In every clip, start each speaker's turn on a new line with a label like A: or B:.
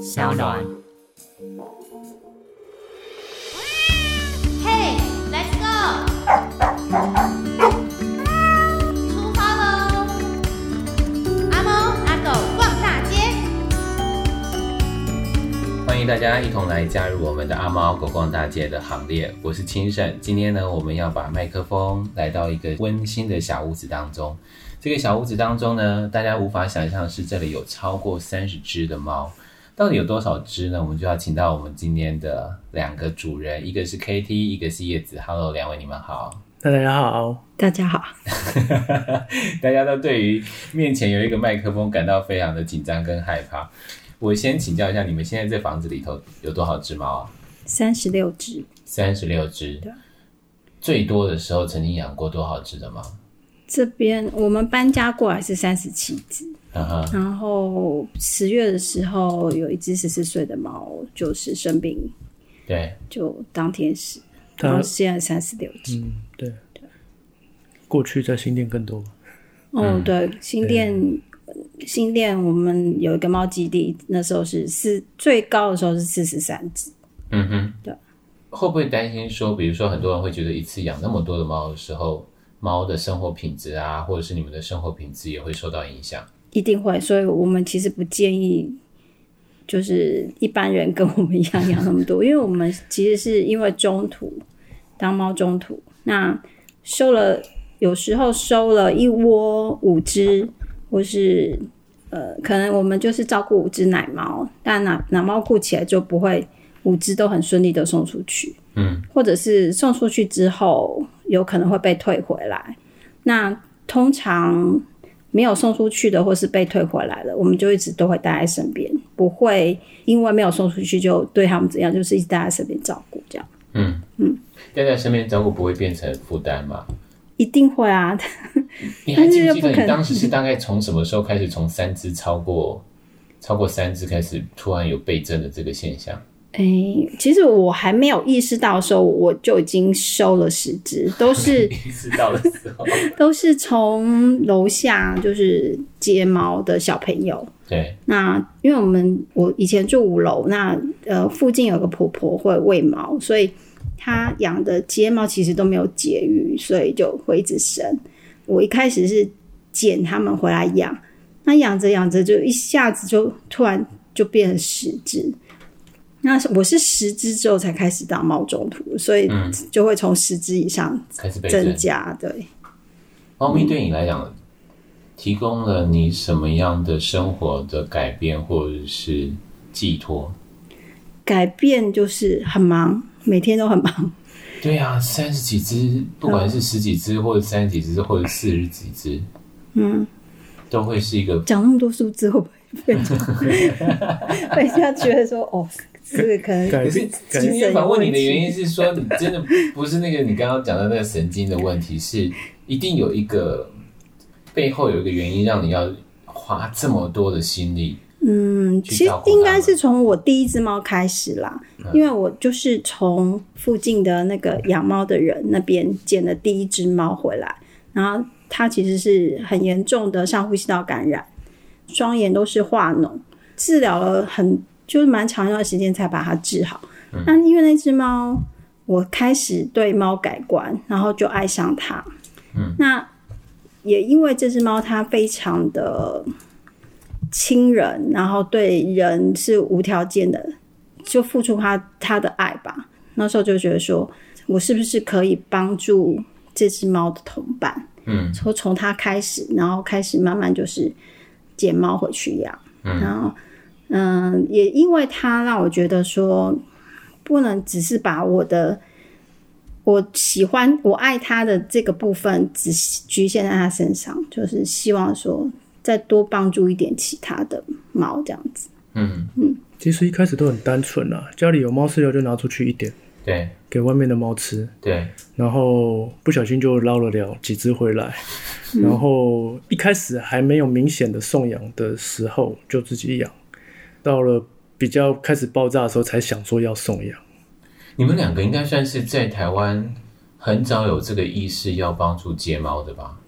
A: 小暖。
B: Hey, let's go！出发喽！阿猫阿狗逛大街，
C: 欢迎大家一同来加入我们的阿猫狗逛大街的行列。我是清盛，今天呢，我们要把麦克风来到一个温馨的小屋子当中。这个小屋子当中呢，大家无法想象是这里有超过三十只的猫，到底有多少只呢？我们就要请到我们今天的两个主人，一个是 KT，一个是叶子。Hello，两位你们好。
D: 大家好，
E: 大家好，
C: 大家都对于面前有一个麦克风感到非常的紧张跟害怕。我先请教一下，你们现在这房子里头有多少只猫啊？
E: 三十六只，
C: 三十六只
E: 对，
C: 最多的时候曾经养过多少只的猫？
E: 这边我们搬家过来是三十七只，
C: 哈啊哈，
E: 然后十月的时候有一只十四岁的猫就是生病，
C: 对，
E: 就当天死，
D: 它
E: 然后现在三十六只。
D: 嗯，对，过去在新店更多吧，
E: 哦，对，新店新店我们有一个猫基地，那时候是四最高的时候是四十三只，
C: 嗯哼，
E: 对。
C: 会不会担心说，比如说很多人会觉得一次养那么多的猫的时候，猫的生活品质啊，或者是你们的生活品质也会受到影响？
E: 一定会，所以我们其实不建议，就是一般人跟我们一样养那么多，因为我们其实是因为中途当猫中途，那收了有时候收了一窝五只，或是呃，可能我们就是照顾五只奶猫，但奶奶猫顾起来就不会五只都很顺利的送出去，
C: 嗯，
E: 或者是送出去之后有可能会被退回来，那通常没有送出去的，或是被退回来了，我们就一直都会待在身边，不会因为没有送出去就对他们怎样，就是一直待在身边照顾这样。
C: 待在身边照顾不会变成负担吗？
E: 嗯一定会 啊，
C: 你还记
E: 但是
C: 不
E: 又
C: 记
E: 不
C: 得
E: 可能
C: 你当时是大概从什么时候开始，从三只超过超过三只开始，突然有倍增的这个现 象？
E: 诶，哎其实我还没有意识到的时候，我就已经收了十只，都是
C: 意识到的时候，
E: 都是从楼下就是接猫的小朋友，
C: 对，
E: 那因为我们我以前住五楼，那呃附近有个婆婆会喂猫，所以她养的街猫其实都没有结育，所以就会一直生。我一开始是捡它们回来养，那养着养着就一下子就突然就变成十只。那我是十只之后才开始当猫中途，所以
C: 嗯
E: 就会从十只以上
C: 开始倍增
E: 增。加。对，
C: 猫咪对你来讲，提供了你什么样的生活的改变或者是寄托？
E: 改变就是很忙，每天都很忙。
C: 对啊，三十几只，不管是十几只，或者三十几只，或者四十几只，嗯，都会是一个
E: 讲那么多数字，会不会被人 家被人家觉得说哦，这个可能
D: 改
C: 可是
D: 变改
C: 今天访问你的原因是 说，你真的不是那个你刚刚讲的那个神经的问题，是一定有一个背后有一个原因让你要花这么多的心力。
E: 嗯，
C: 去
E: 其实
C: 照顾它
E: 应该是从我第一只猫开始啦，因为我就是从附近的那个养猫的人那边捡了第一只猫回来，然后它其实是很严重的上呼吸道感染，双眼都是化脓，治疗了很就是蛮长一段时间才把它治好。那因为那只猫，我开始对猫改观，然后就爱上它。嗯，那也因为这只猫它非常的亲人，然后对人是无条件的，就付出他他的爱吧。那时候就觉得说，我是不是可以帮助这只猫的同伴？
C: 嗯，
E: 从从它开始，然后开始慢慢就是捡猫回去养。嗯，然后嗯，也因为它让我觉得说，不能只是把我的我喜欢、我爱它的这个部分只局限在它身上，就是希望说再多帮助一点其他的猫这样子。
C: 嗯，
D: 其实一开始都很单纯啦，家里有猫饲料就拿出去一点
C: 对
D: 给外面的猫吃，
C: 对，
D: 然后不小心就捞了了几只回来，
E: 嗯
D: 然后一开始还没有明显的送养的时候就自己养，到了比较开始爆炸的时候才想说要送养，
C: 你们两个应该算是在台湾很早有这个意识要帮助街猫的吧？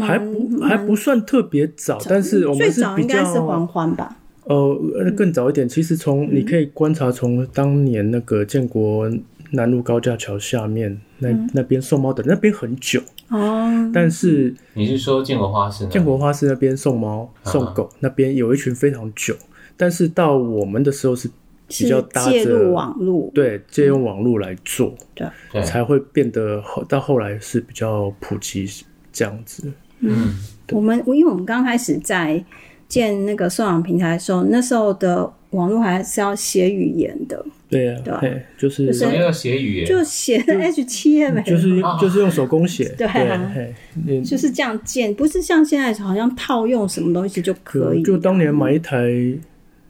D: 还不还不算特别早，但是我们
E: 嗯最
D: 是
E: 早
D: 比
E: 应该
D: 较
E: 是环环吧？
D: 呃，更早一
E: 嗯
D: 点，其实从你可以观察从当年那个建国南路高架桥下面那、
E: 嗯
D: 那边送猫的人那边很久，
E: 哦，
D: 但是
C: 你是说建国花市呢？
D: 建国花市那边送猫送狗、那边有一群非常久，但是到我们的时候是比较
E: 是
D: 搭
E: 介入
D: 着
E: 网络，
D: 对借用网络来做，
C: 对，
D: 才会变得后到后来是比较普及这样子。
C: 嗯，
E: 我们因为我们刚开始在建那个送养平台的时候，那时候的网络还是要写语言的，
D: 对呀、
E: 对啊
D: 嘿就是
E: 就是
C: 我要写语言，
E: 就写 H 七 M，
D: 嗯就是
C: 啊
D: 用就是用手工写，
E: 对啊
D: 嘿你
E: 就是这样建，不是像现在好像套用什么东西就可以。
D: 啊就当年买一台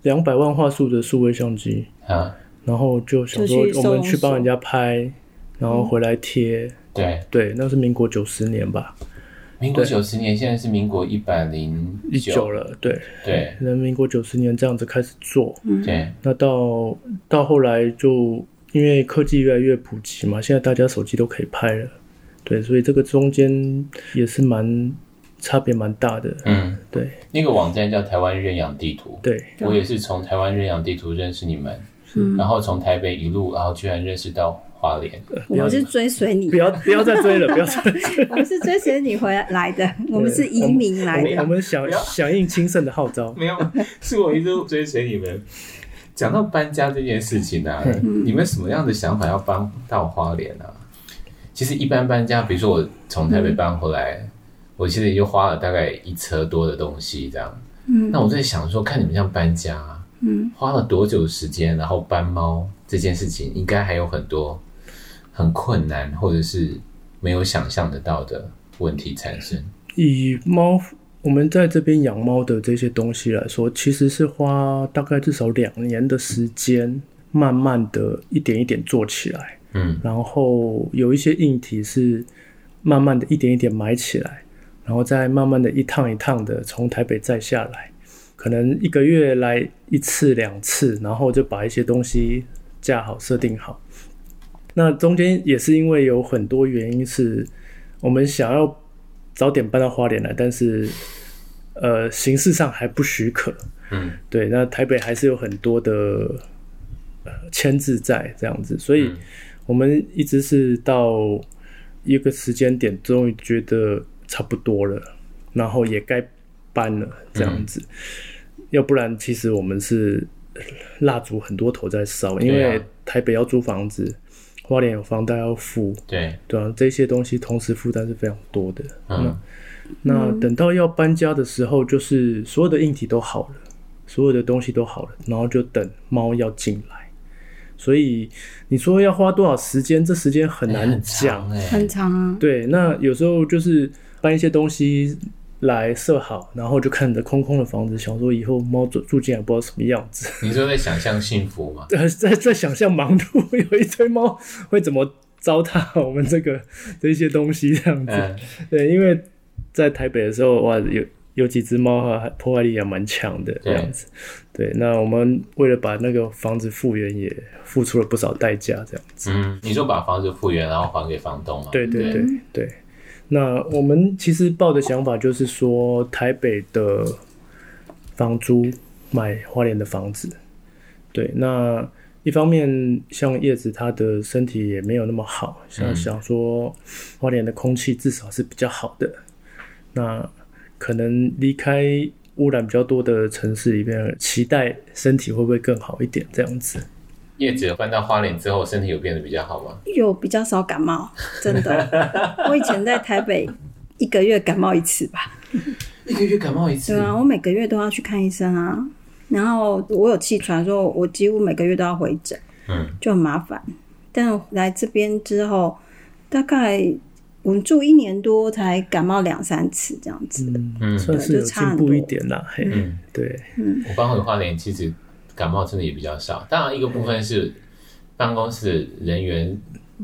D: 两百万画素的数位相机，
C: 啊，
D: 然后就想说
E: 就去嗯
D: 我
E: 收
D: 们去帮人家拍，然后回来贴。
C: 对，
D: 对，那是民国九十年吧，
C: 民国
D: 对
C: 九十年，现在是民国一百零
D: 一九，了。对，
C: 对
D: 那民国九十年这样子开始做，
E: 嗯
C: 对，
D: 那到到后来就因为科技越来越普及嘛，现在大家手机都可以拍了，对，所以这个中间也是蛮差别蛮大的，
C: 嗯，
D: 对
C: 那个网站叫台湾认养地图，
D: 对，
C: 我也是从台湾认养地图认识你们，然后从台北一路，然后居然认识到花莲，
E: 我们是追随你
D: 不，要不要再追了，不要再追了
E: 我们是追随你回来 的，我们是移民来
D: 我
E: 的。
D: 我们响
C: 不要
D: 响应清盛的号召，
C: 没有，是我一路追随你们。讲到搬家这件事情啊，
E: 嗯
C: 你们什么样的想法要搬到花莲啊？其实一般搬家，比如说我从台北搬回来，
E: 嗯
C: 我其实也就花了大概一车多的东西这样。
E: 嗯
C: 那我在想说，看你们这样搬家、啊，
E: 嗯，
C: 花了多久时间？然后搬猫这件事情，应该还有很多很困难，或者是没有想象得到的问题产生。
D: 以猫。我们在这边养猫的这些东西来说，其实是花大概至少两年的时间，慢慢的一点一点做起来。
C: 嗯
D: 然后有一些硬体是慢慢的一点一点买起来，然后再慢慢的一趟一趟的从台北再下来，可能一个月来一次两次，然后就把一些东西架好设定好。那中间也是因为有很多原因是我们想要早点搬到花莲来，但是呃形式上还不许可，
C: 嗯，
D: 对，那台北还是有很多的呃牵制在这样子，所以
C: 嗯
D: 我们一直是到一个时间点，终于觉得差不多了，然后也该搬了这样子，
C: 嗯
D: 要不然其实我们是呃蜡烛很多头在烧，因
C: 对啊
D: 为台北要租房子，花莲有房贷要付，
C: 对，
D: 对啊，这些东西同时负担是非常多的。
C: 嗯
D: 那等到要搬家的时候，就是所有的硬体都好了，所有的东西都好了，然后就等猫要进来。所以你说要花多少时间？这时间很难讲。欸
C: 哎、
E: 很长啊，
D: 对，那有时候就是搬一些东西来设好，然后就看着空空的房子，想说以后猫住住进来不知道什么样子。
C: 你说在想象幸福吗？
D: 呃，在在想象忙碌， 有一堆猫会怎么糟蹋我们这个这些东西这样子。
C: 嗯，
D: 对，因为在台北的时候，哇，有有几只猫啊，破坏力也蛮强的这样子。对，那我们为了把那个房子复原，也付出了不少代价，这样子。
C: 嗯，你说把房子复原，然后还给房东嘛？
D: 对对对对。那我们其实抱的想法就是说，台北的房租买花莲的房子。对，那一方面像叶子她的身体也没有那么好，想
C: 嗯
D: 想说花莲的空气至少是比较好的。那可能离开污染比较多的城市里面，期待身体会不会更好一点这样子。
C: 叶子搬到花莲之后，身体有变得比较好吗？
E: 有比较少感冒，真的。我以前在台北一个月感冒一次吧，
C: 一个月感冒一
E: 对
C: 次，
E: 啊，我每个月都要去看医生啊。然后我有气喘，说我几乎每个月都要回诊，
C: 嗯，
E: 就很麻烦。但来这边之后，大概我们住一年多才感冒两三次这样子。
C: 嗯
D: 嗯，算是有
E: 对就
D: 进
E: 差很
D: 步
E: 多
D: 一点啦。嘿，
C: 嗯
D: 对。
C: 我搬回花莲，其实感冒真的也比较少。当然，一个部分是办公室人员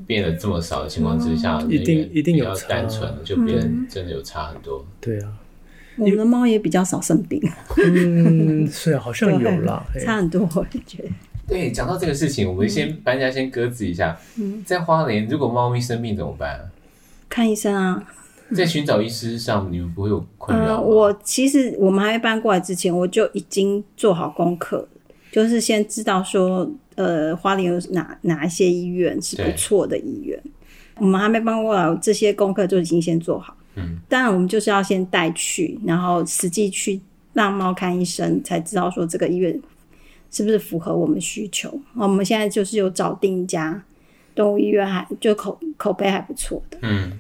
C: 变得这么少的情况之下，
D: 一定
C: 人员
D: 一定有
C: 比较单纯，就别
E: 嗯
C: 人真的有差很多。
D: 对啊，
E: 我们的猫也比较少生病，
D: 嗯，是啊，好像有啦，哎
E: 差很多，我觉得。
C: 对，讲到这个事情，我们先搬
E: 嗯
C: 家，先搁置一下。在花莲，如果猫咪生病怎么办？
E: 看医生啊，
C: 在寻找医师上，你们不会有困
E: 嗯、
C: 扰吗？
E: 我其实我们还没搬过来之前，我就已经做好功课了，就是先知道说，呃，花莲有哪哪一些医院是
C: 对
E: 不错的医院。我们还没搬过来，这些功课就已经先做好。
C: 嗯，
E: 当然我们就是要先带去，然后实际去让猫看医生，才知道说这个医院是不是符合我们需求。我们现在就是有找定一家动物医院还，就口口碑还不错的，
C: 嗯，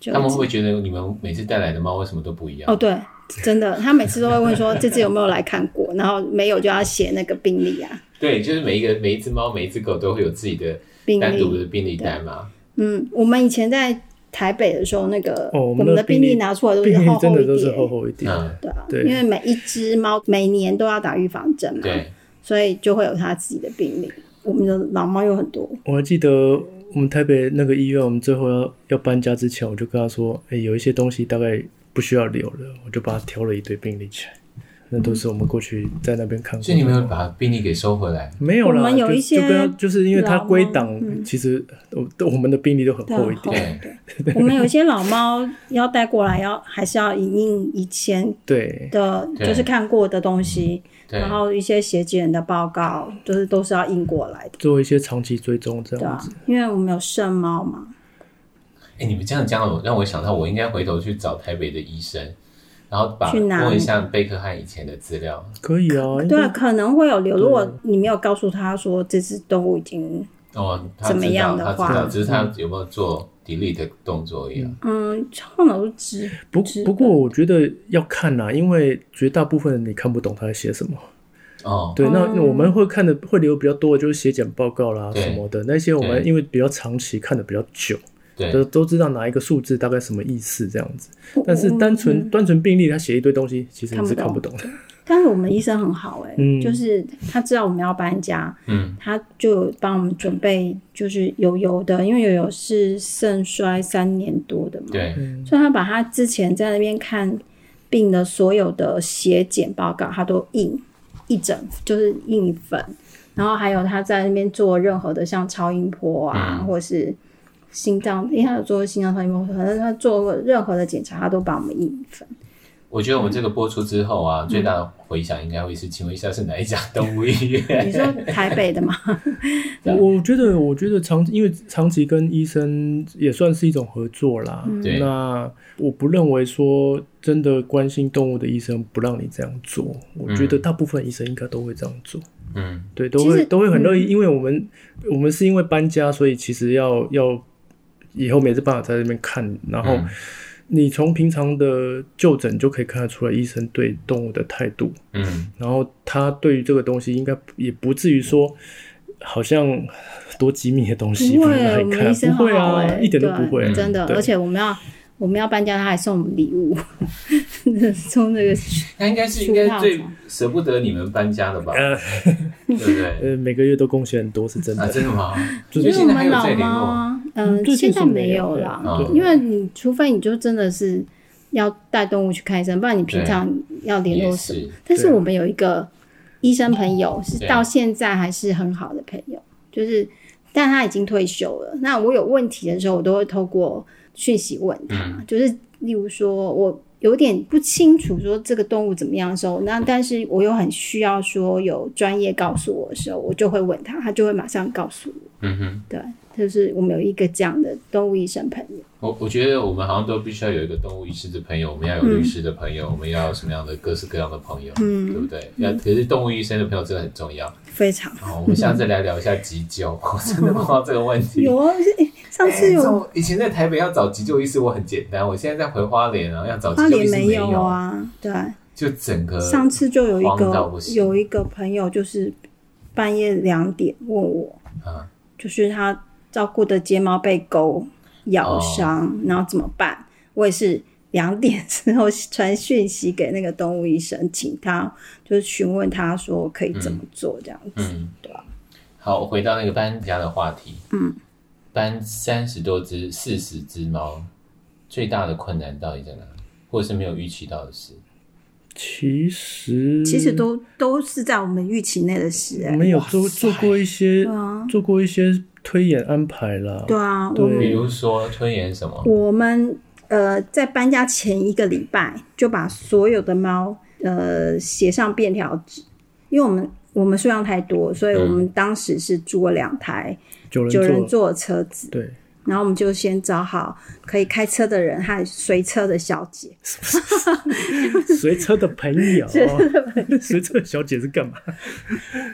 E: 就
C: 他们会不会觉得你们每次带来的猫为什么都不一样？
E: 哦，对，真的，他每次都会问说这次有没有来看过，然后没有就要写那个病历啊，
C: 对，就是每一个每一只猫、每一只狗都会有自己的
E: 病
C: 单独
E: 历。
C: 的病历单嘛。
E: 嗯，我们以前在台北的时候，那个、
D: 哦我
E: 我
D: 们
E: 们
D: 的
E: 的
D: 病
E: 病
D: 历
E: 历拿出来都是
D: 病
E: 厚
D: 例真
E: 厚
D: 的
E: 一
D: 都是
E: 叠，
D: 厚厚一叠。
C: 嗯，
E: 对啊，
D: 对
E: 因为每一只猫每年都要打预防针嘛，
C: 对，
E: 所以就会有它自己的病历。我们的老猫有很多，
D: 我还记得我们台北那个医院，我们最后要要搬家之前，我就跟他说，哎、有一些东西大概不需要留了，我就把它挑了一堆病历起来，那都是我们过去在那边看过
C: 所以你
D: 的。
C: 们有把病历给收回来？
D: 没有啦，
E: 我们有
D: 就
E: 一些
D: 就跟他就是因为他
E: 老猫
D: 归档，
E: 嗯
D: 其实哦我我们的病历都很
E: 对
D: 厚一
E: 很厚
D: 点。
C: 对，
E: 我们有一些老猫要带过来，要还是要引应以前
D: 对，
E: 的，
C: 对
E: 就是看过的东西，
C: 对，
E: 然后一些血检的报告，就是都是要印过来的。
D: 做一些长期追踪这
E: 对
D: 样
E: 啊
D: 子。，
E: 因为我们有圣猫嘛，
C: 哎、你们这样讲，我让我想到，我应该回头去找台北的医生，然后把
E: 去哪
C: 问一下贝克汉以前的资料。
D: 可以啊，应
E: 对啊，
D: 该
E: 可能会有留。如
D: 啊
E: 果你没有告诉他说这只动物已经，
C: 哦，他
E: 怎么
C: 知道，
E: 样
C: 他
E: 的话
C: 知道，只是他有没有做 delete 的动作啊一样。
E: 嗯，后脑是直，
D: 不
E: 知
D: 不
E: 道
D: 过我觉得要看啦，因为绝大部分你看不懂他在写什么。
C: 哦，
D: 对，那
E: 哦
D: 那我们会看的会留比较多的就是血检报告啦
C: 对
D: 什么的那些，我们
C: 对
D: 因为比较长期看的比较久，
C: 对，
D: 都都知道哪一个数字大概什么意思这样子。但是
E: 我
D: 单纯
E: 嗯
D: 单纯病例，他写一堆东西，其实你是看
E: 看
D: 不
E: 不
D: 懂的。
E: 但是我们医生很好哎、
D: 嗯
E: 就是他知道我们要搬家，
C: 嗯，
E: 他就有帮我们准备，就是友友的，因为友友是肾衰三年多的嘛，
C: 对，
E: 所以他把他之前在那边看病的所有的血检报告，他都印一整，就是印一份。然后还有他在那边做任何的像超音波啊，
C: 嗯
E: 或是心脏，因为他有做心脏超音波，反正他做过任何的检查，他都把我们印一 份。
C: 我觉得我们这个播出之后啊，
E: 嗯
C: 最大的回响应该会是，请问一下是哪一家动物医院？
E: 你说台北的 嘛？啊
C: 对
D: 我觉得，我觉得长因为长期跟医生也算是一种合作啦。
E: 嗯
C: 对
D: 那我不认为说真的关心动物的医生不让你这样做，我觉得大部分医生应该都会这样做。
C: 嗯，
D: 对，都
E: 其
D: 会
E: 实
D: 都会很乐意，
E: 嗯
D: 因为我们我们是因为搬家，所以其实要要以后没这办法在这边看，然后
C: 嗯
D: 你从平常的就诊就可以看得出来医生对动物的态度，
C: 嗯，
D: 然后他对于这个东西应该也不至于说好像多机密的东西
E: 不
D: 不
E: 会，
D: 能
E: 我们医
D: 来
E: 生
D: 看，
E: 好
D: 不会
E: 好哎、
D: 啊，一点都不
E: 对
D: 会
C: 嗯。
E: 真的。
D: 对
E: 而且我们要我们要搬家，他还送我们礼物， 送那个
C: 他应该是应该最舍不得你们搬家的吧？
D: 呃
C: 对不对？
D: 呃，每个月都贡献很多是真
C: 啊，
D: 的，
C: 真的吗？
D: 就
C: 最
E: 因为我
C: 近还
E: 们
C: 有
E: 老
C: 在联
E: 猫
C: 络？
E: 啊，嗯、
D: 最近
E: 现
D: 是
E: 在
D: 没
E: 没
D: 有啊
E: 有
D: 了
E: 啦，
C: 嗯
E: 因为你除非你就真的是要带动物去看医生，不然你平常要联
C: 也
E: 络什么？
C: 是，嗯
E: 但是我们有一个医生朋友，是
C: 对啊
E: 到现在还是很好的朋友，就是但他已经退休了。那我有问题的时候，我都会透过讯息问他，
C: 嗯
E: 就是例如说我。有点不清楚说这个动物怎么样的时候，
C: 嗯
E: 那但是我又很需要说有专业告诉我的时候，我就会问他，他就会马上告诉我。
C: 嗯哼。
E: 对，就是我们有一个这样的动物医生朋友，
C: 我我觉得我们好像都必须要有一个动物医师的朋友，我们要有律师的朋友，我们要有什么样的各式各样的朋友，
E: 嗯
C: 对不对？要可是动物医生的朋友真的很重要。
E: 非常
C: 好，我们下次来聊一下急救，我真的碰到这个问题。
E: 有啊，是诶上次
C: 哎这
E: 有
C: 种以前在台北要找急救医师，我很简单，我现在在回花莲，然后要找急
E: 花
C: 救医
E: 莲
C: 师
E: 没
C: 有，
E: 啊，对，
C: 就整个
E: 上次就有一
C: 荒到
E: 个
C: 不行
E: 有一个朋友就是半夜两点问我，
C: 啊，
E: 就是他照顾的睫毛被狗咬伤，然后怎么办？哦我也是。两点之后传讯息给那个动物医生，请他就是询问他说可以怎么做这样子，
C: 嗯，
E: 对啊吧、
C: 好，我回到那个搬家的话题，嗯，搬三十多只、四十只猫，最大的困难到底在哪？或者是没有预期到的事？
D: 其实
E: 其实都都是在我们预期内的事、
D: 我
E: 欸，
D: 们有做做过一些
E: 对啊
D: 做过一些推演安排啦。
E: 对啊，
D: 对
E: 我们嗯
C: 比如说推演什么？
E: 我们呃，在搬家前一个礼拜就把所有的猫呃写上便条纸，因为我们我们数量太多，所以我们当时是租了两台
D: 九人
E: 九
D: 座，
E: 人座的车子，
D: 对，
E: 然后我们就先找好可以开车的人和随车的小姐，
D: 随车的朋友，随车的小姐是干嘛？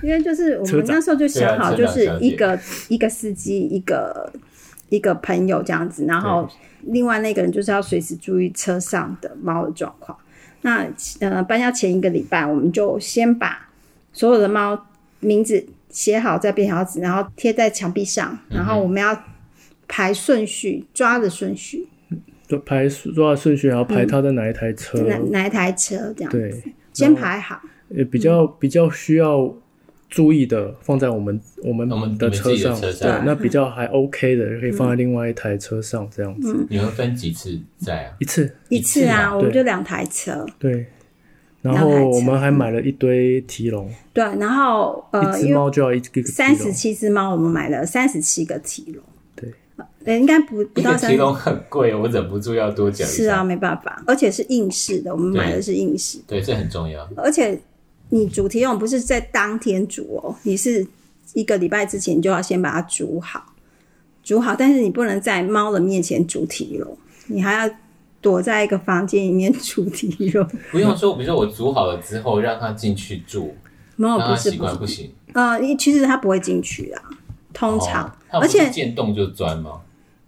E: 因为就是我
D: 车
E: 们
D: 长
E: 那时候就想好，
C: 对
E: 就
C: 啊车
E: 是
C: 长
E: 一个一个司机，一个一个朋友这样子，然后另外那个人就是要随时注意车上的猫的状况。那呃，搬家前一个礼拜，我们就先把所有的猫名字写好在便条纸，然后贴在墙壁上，然后我们要排顺序，抓的顺序，
D: 就排抓顺序，还要排他在哪一台车，
E: 嗯哪哪一台车这样子，
D: 对，
E: 先排好。
D: 也比较
E: 嗯
D: 比较需要注意的放在我们我们
C: 我们
D: 的车
C: 我们自己的车
D: 对
C: 上，
D: 那比较还 OK 的可以
E: 嗯
D: 放在另外一台车上这样子
C: 你们分几次在啊？
D: 一次，
E: 一次
C: 一次
E: 啊，
C: 啊
E: 我们
D: 对
E: 就两台车，
D: 对。然
E: 两
D: 后
E: 台车
D: 我们还买了一堆提笼，
E: 对，然后
D: 一
E: 呃，因
D: 只
E: 为
D: 猫就要一个一个
E: 三
D: 提
E: 十
D: 笼，
E: 七只猫，我们买了三十七个提笼。
D: 对
E: 呃，应该不不
C: 一
E: 到
C: 个
E: 三
C: 提
E: 十。
C: 笼很贵，我忍不住要多讲一
E: 是啊，
C: 下。
E: 没办法，而且是硬式的，我们
C: 对
E: 买的是硬式，
C: 对，这很重要。
E: 而且你煮提笼不是在当天煮哦，你是一个礼拜之前就要先把它煮好，煮好，但是你不能在猫的面前煮提笼，你还要躲在一个房间里面 煮提笼。
C: 不用说，比如说我煮好了之后，让它进去住，让
E: 猫
C: 它
E: 哦不是
C: 啊习
E: 不
C: 惯
E: 是
C: 不，行。
E: 呃，其实它不会进去啊，通常，
C: 哦它不
E: 而
C: 是
E: 且
C: 见洞就钻吗？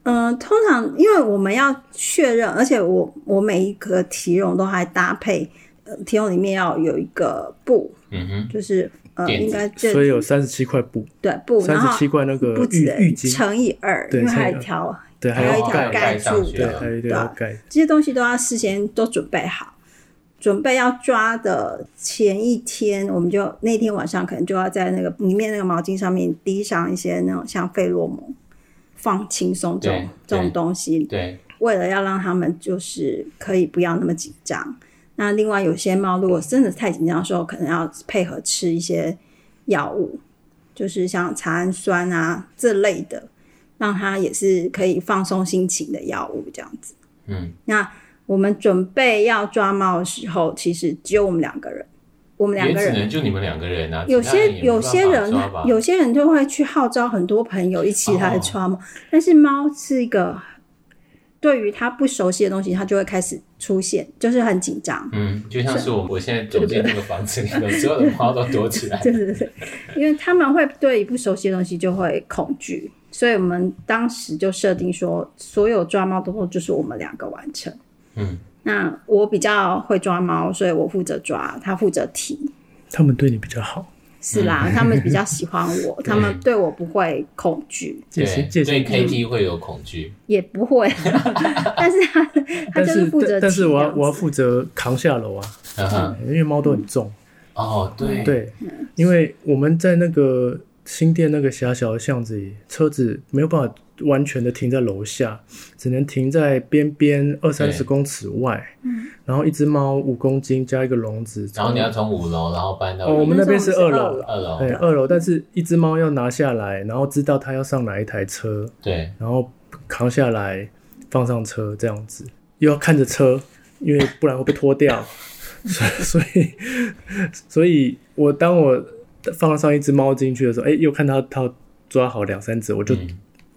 E: 嗯，通常因为我们要确认，而且我我每一个提笼都还搭配，呃，提笼里面要有一个布，
C: 嗯哼，
E: 就是呃，
C: 垫子
E: 应该这
D: 所以有三十七块布，
E: 对布，
D: 三
E: 然
D: 十
E: 后
D: 七块那个
E: 不
D: 浴
E: 止
D: 浴巾，
E: 乘以二，
D: 对
E: 因为还
D: 乘以二
E: 有一条，
D: 对，还有
E: 还有一条
C: 盖
D: 盖，
E: 盖
C: 上
E: 住
C: 去
D: 对，
C: 的
D: 还有一
E: 对
D: 条
E: 啊
D: 盖，
E: 这些东西都要事先都准备好。准备要抓的前一天，我们就那天晚上可能就要在那个里面那个毛巾上面滴上一些那种像费洛蒙、放轻松这种
C: 对
E: 这种
C: 对
E: 东西，
C: 对，
E: 为了要让他们就是可以不要那么紧张。那另外有些猫如果真的太紧张的时候，可能要配合吃一些药物，就是像茶氨酸啊这类的，让它也是可以放松心情的药物这样子。
C: 嗯，
E: 那我们准备要抓猫的时候，其实只有我们两个人，我们两
C: 也
E: 个
C: 只
E: 人
C: 能就你们两个人啊。
E: 有
C: 其他
E: 些
C: 也没
E: 有
C: 办
E: 些
C: 法
E: 人
C: 抓
E: 他
C: 吧
E: 有些人就会去号召很多朋友一起来
C: 哦
E: 抓猫，但是猫是一个对于他不熟悉的东西，他就会开始出现，就是很紧张。
C: 嗯，就像是我我现在走进这个房子里头，所有的猫都躲起来。
E: 对对对，因为他们会对于不熟悉的东西就会恐惧，所以我们当时就设定说，所有抓猫动作就是我们两个完成。
C: 嗯，
E: 那我比较会抓猫，所以我负责抓，他负责提。
D: 他们对你比较好，
E: 是啦，
C: 嗯
E: 他们比较喜欢 我，他们对我不会恐惧。
D: 戒心戒
C: 对，对
D: 心。
C: KT 会有恐惧，
E: 也不会，啊 但是他他
D: 但
E: 就是是负责
D: 但但是我要
E: 提这样子
D: 我要负责扛下楼啊，
C: 哈
E: 嗯
C: 哈，
D: 因为猫都很重，
C: 嗯哦，对，
D: 对，因为我们在那个新店那个狭小的巷子里，车子没有办法完全的停在楼下，只能停在边边二三十
C: 对
D: 公尺外。
E: 嗯
D: 然后一只猫五公斤加一个笼子，
C: 然后你要从五楼，然后搬到
D: 哦，我们那边是二
E: 那时候我们
D: 楼
E: 是，
C: 二楼，
D: 对，二楼，但是一只猫要拿下来，然后知道它要上哪一台车，
C: 对，
D: 然后扛下来放上车这样子，又要看着车，因为不然会被拖掉。 所以，所以，所以我当我放上一只猫进去的时候，哎、又看到它抓好两三只，我就、
C: 嗯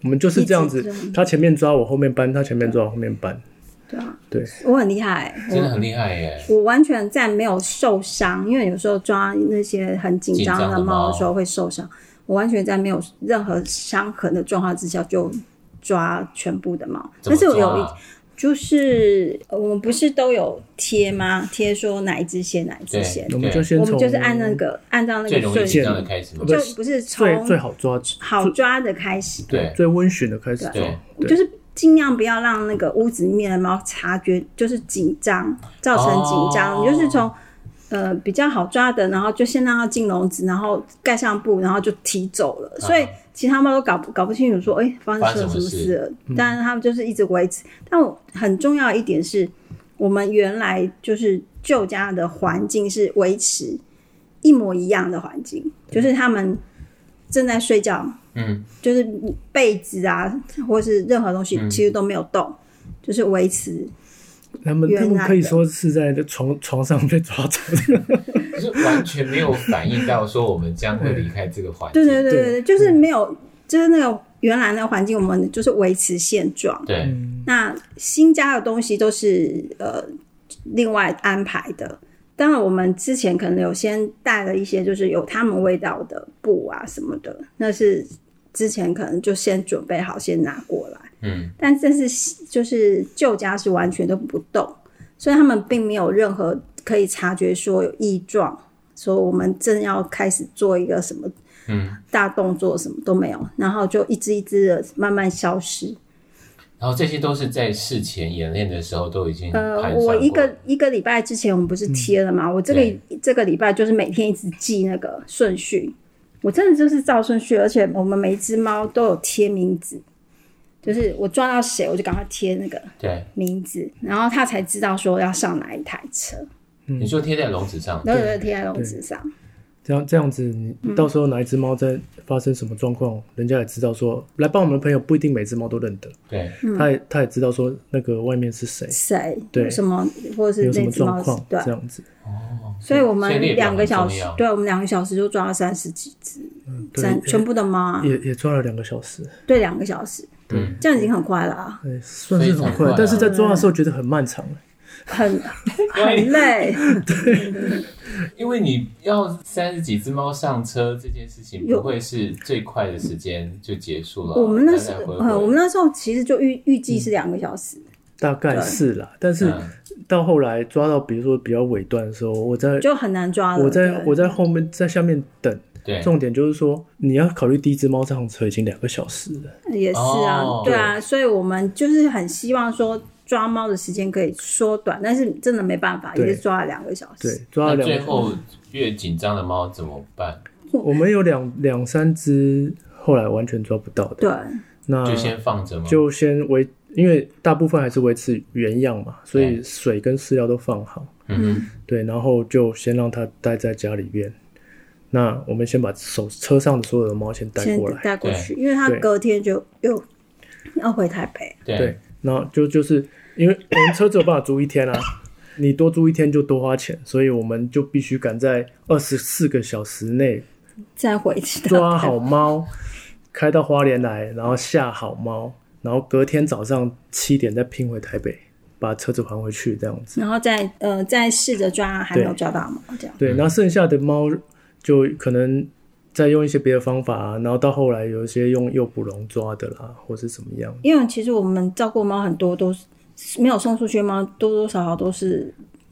D: 我们就是这样
E: 一
D: 子
E: 直这样，
D: 它前面抓我后面搬，它前面抓我后面搬，
E: 对啊，
D: 对，
E: 我很厉害，
C: 真的
E: 我
C: 很厉害耶。
E: 我完全在没有受伤，因为有时候抓那些很紧
C: 紧
E: 张
C: 张的
E: 的猫
C: 猫
E: 的时候会受伤，我完全在没有任何伤痕的状况之下就抓全部的猫，
C: 怎
E: 但
C: 么
E: 是我
C: 抓
E: 有一
C: 啊？
E: 就是呃我们不是都有贴吗？贴说哪一只先，哪一只
C: 对
E: 先，
D: 我们就先
E: 我
D: 从
E: 们就是按那个按照那
C: 最
E: 个
C: 容易
E: 顺
C: 紧
E: 序，
C: 张的开始吗？
E: 就不是
D: 最
E: 从
D: 最好抓，
E: 好抓的开始，
C: 对，
D: 最温驯的开始抓
C: 对，
D: 对
E: 就是尽量不要让那个屋子里面的猫察觉，就是紧张，造成紧张。
C: 哦
E: 你就是从呃比较好抓的，然后就先让它进笼子，然后盖上布，然后就提走了。所以其他猫都搞不搞不清楚说，哎、哦发生什么事嗯了？但是他们就是一直维持。但我很重要一点是，我们原来就是旧家的环境是维持一模一样的环境，就是他们正在睡觉，
C: 嗯，
E: 就是被子啊，或是任何东西
C: 嗯
E: 其实都没有动，就是维持
D: 他们
E: 原
D: 他
E: 来
D: 们可以
E: 的
D: 说是在床床上被抓走的，
C: 就是完全没有反映到说我们将会离开这个环境。
E: 对对对
D: 对
E: 对对，就是没有，就是那个原来那个环境，我们就是维持现状。
C: 对
E: 那新加的东西都是呃另外安排的。当然，我们之前可能有先带了一些，就是有他们味道的布啊什么的，那是之前可能就先准备好，先拿过来。
C: 嗯，
E: 但这是就是旧家是完全都不动，所以他们并没有任何可以察觉说有异状，说我们正要开始做一个什么
C: 嗯
E: 大动作，什么都没有，然后就一只一只的慢慢消失。
C: 然后这些都是在事前演练的时候都已经盘
E: 呃，
C: 算过嗯
E: 我一个一个礼拜之前我们不是贴了吗？我这个这个礼拜就是每天一直记那个顺序，我真的就是照顺序，而且我们每一只猫都有贴名字，就是我抓到谁我就赶快贴那个。
C: 对，
E: 名字，然后他才知道说要上哪一台车，
C: 你说贴在笼子上，
E: 然后就贴在笼子上。
D: 这样这样子，你
E: 嗯
D: 到时候哪一只猫在发生什么状况，人家也知道说来帮我们的朋友不一定每只猫都认得，
C: 对，
E: 嗯
D: 他也他也知道说那个外面是谁，
E: 谁
D: 对
E: 有什么，或者
D: 有
E: 是
D: 什
E: 那
D: 么
E: 只猫
D: 状
E: 是
D: 况，
E: 对啊
D: 这，样子，
E: 所以我们
C: 所以列表
E: 两个小
C: 很
E: 时
C: 重要，
E: 对我们两个小时就抓了三十几只，
D: 对
E: 三，全部的猫啊，
D: 也也抓了两个小时，
E: 对，两个小时，
C: 嗯，
E: 这样已经很快 了啊，
D: 哎，算是
C: 非
D: 很
C: 常快
D: 快
C: 啊，
D: 但是在抓的时候觉得很漫长，
E: 很很累，
C: 因为你要三十几只猫上车这件事情，
E: 有
C: 不会是最快的时间就结束了。
E: 我们那时
C: 来来回回
E: 呃，我们那时候其实就预预计是两个小时，
D: 大概是啦，但是
C: 嗯
D: 到后来抓到比如说比较尾段的时候，我在
E: 就很难抓了。
D: 我在
E: 对
D: 我在后面在下面等，
C: 对，
D: 重点就是说你要考虑第一只猫上车已经两个小时了，
E: 也是啊，
C: 哦
E: 对啊，所以我们就是很希望说抓猫的时间可以缩短，但是真的没办法，
D: 对
E: 也是抓了两个小时。
D: 对，抓了
C: 那
D: 两
C: 最
D: 个小时。
C: 后越紧张的猫怎么办？
D: 我们有两两三只后来完全抓不到的，
E: 对
D: 那
C: 就先放着吗？
D: 就先维，因为大部分还是维持原样嘛，所以水跟饲料都放好，
C: 嗯
D: 对，然后就先让它待在家里面。那我们先把手车上的所有的猫先带
E: 先
D: 过来，
E: 带过去，因为他隔天就又要回台北，
C: 哼，对
D: 对，然后就就是因为我们车只有办法租一天啊，你多租一天就多花钱，所以我们就必须赶在二十四个小时内
E: 再回去到
D: 抓好猫，开到花莲来，然后下好猫，然后隔天早上七点再拼回台北，把车子还回去这样子。
E: 然后再呃再试着抓还没有
D: 对
E: 抓到猫这样。
D: 对，然后剩下的猫就可能再用一些别的方法、啊，然后到后来有一些用诱捕笼抓的啦，或是怎么样。
E: 因为其实我们照顾猫很多都是没有送出去的猫，多多少少都是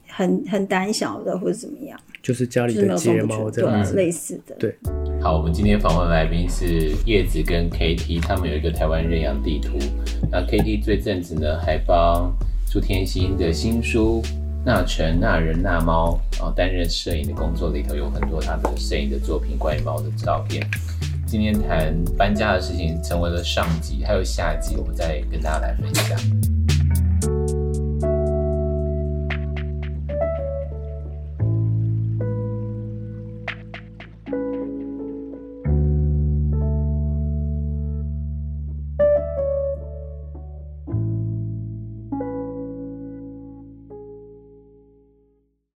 E: 很很胆小的或者怎么样，
D: 就是家里
E: 就是没
D: 的
E: 有送
D: 街
E: 出
D: 猫
E: 去，
D: 这
E: 对啊
D: 样，子。
E: 类似的。
C: 好，我们今天访问来宾是叶子跟 KT，他们有一个台湾认养地图。那 KT 最阵子呢，还帮朱天心的新书《那城那人那猫》啊担任摄影的工作，里头有很多他的摄影的作品，关于猫的照片。今天谈搬家的事情成为了上集，还有下集，我们再跟大家来分享。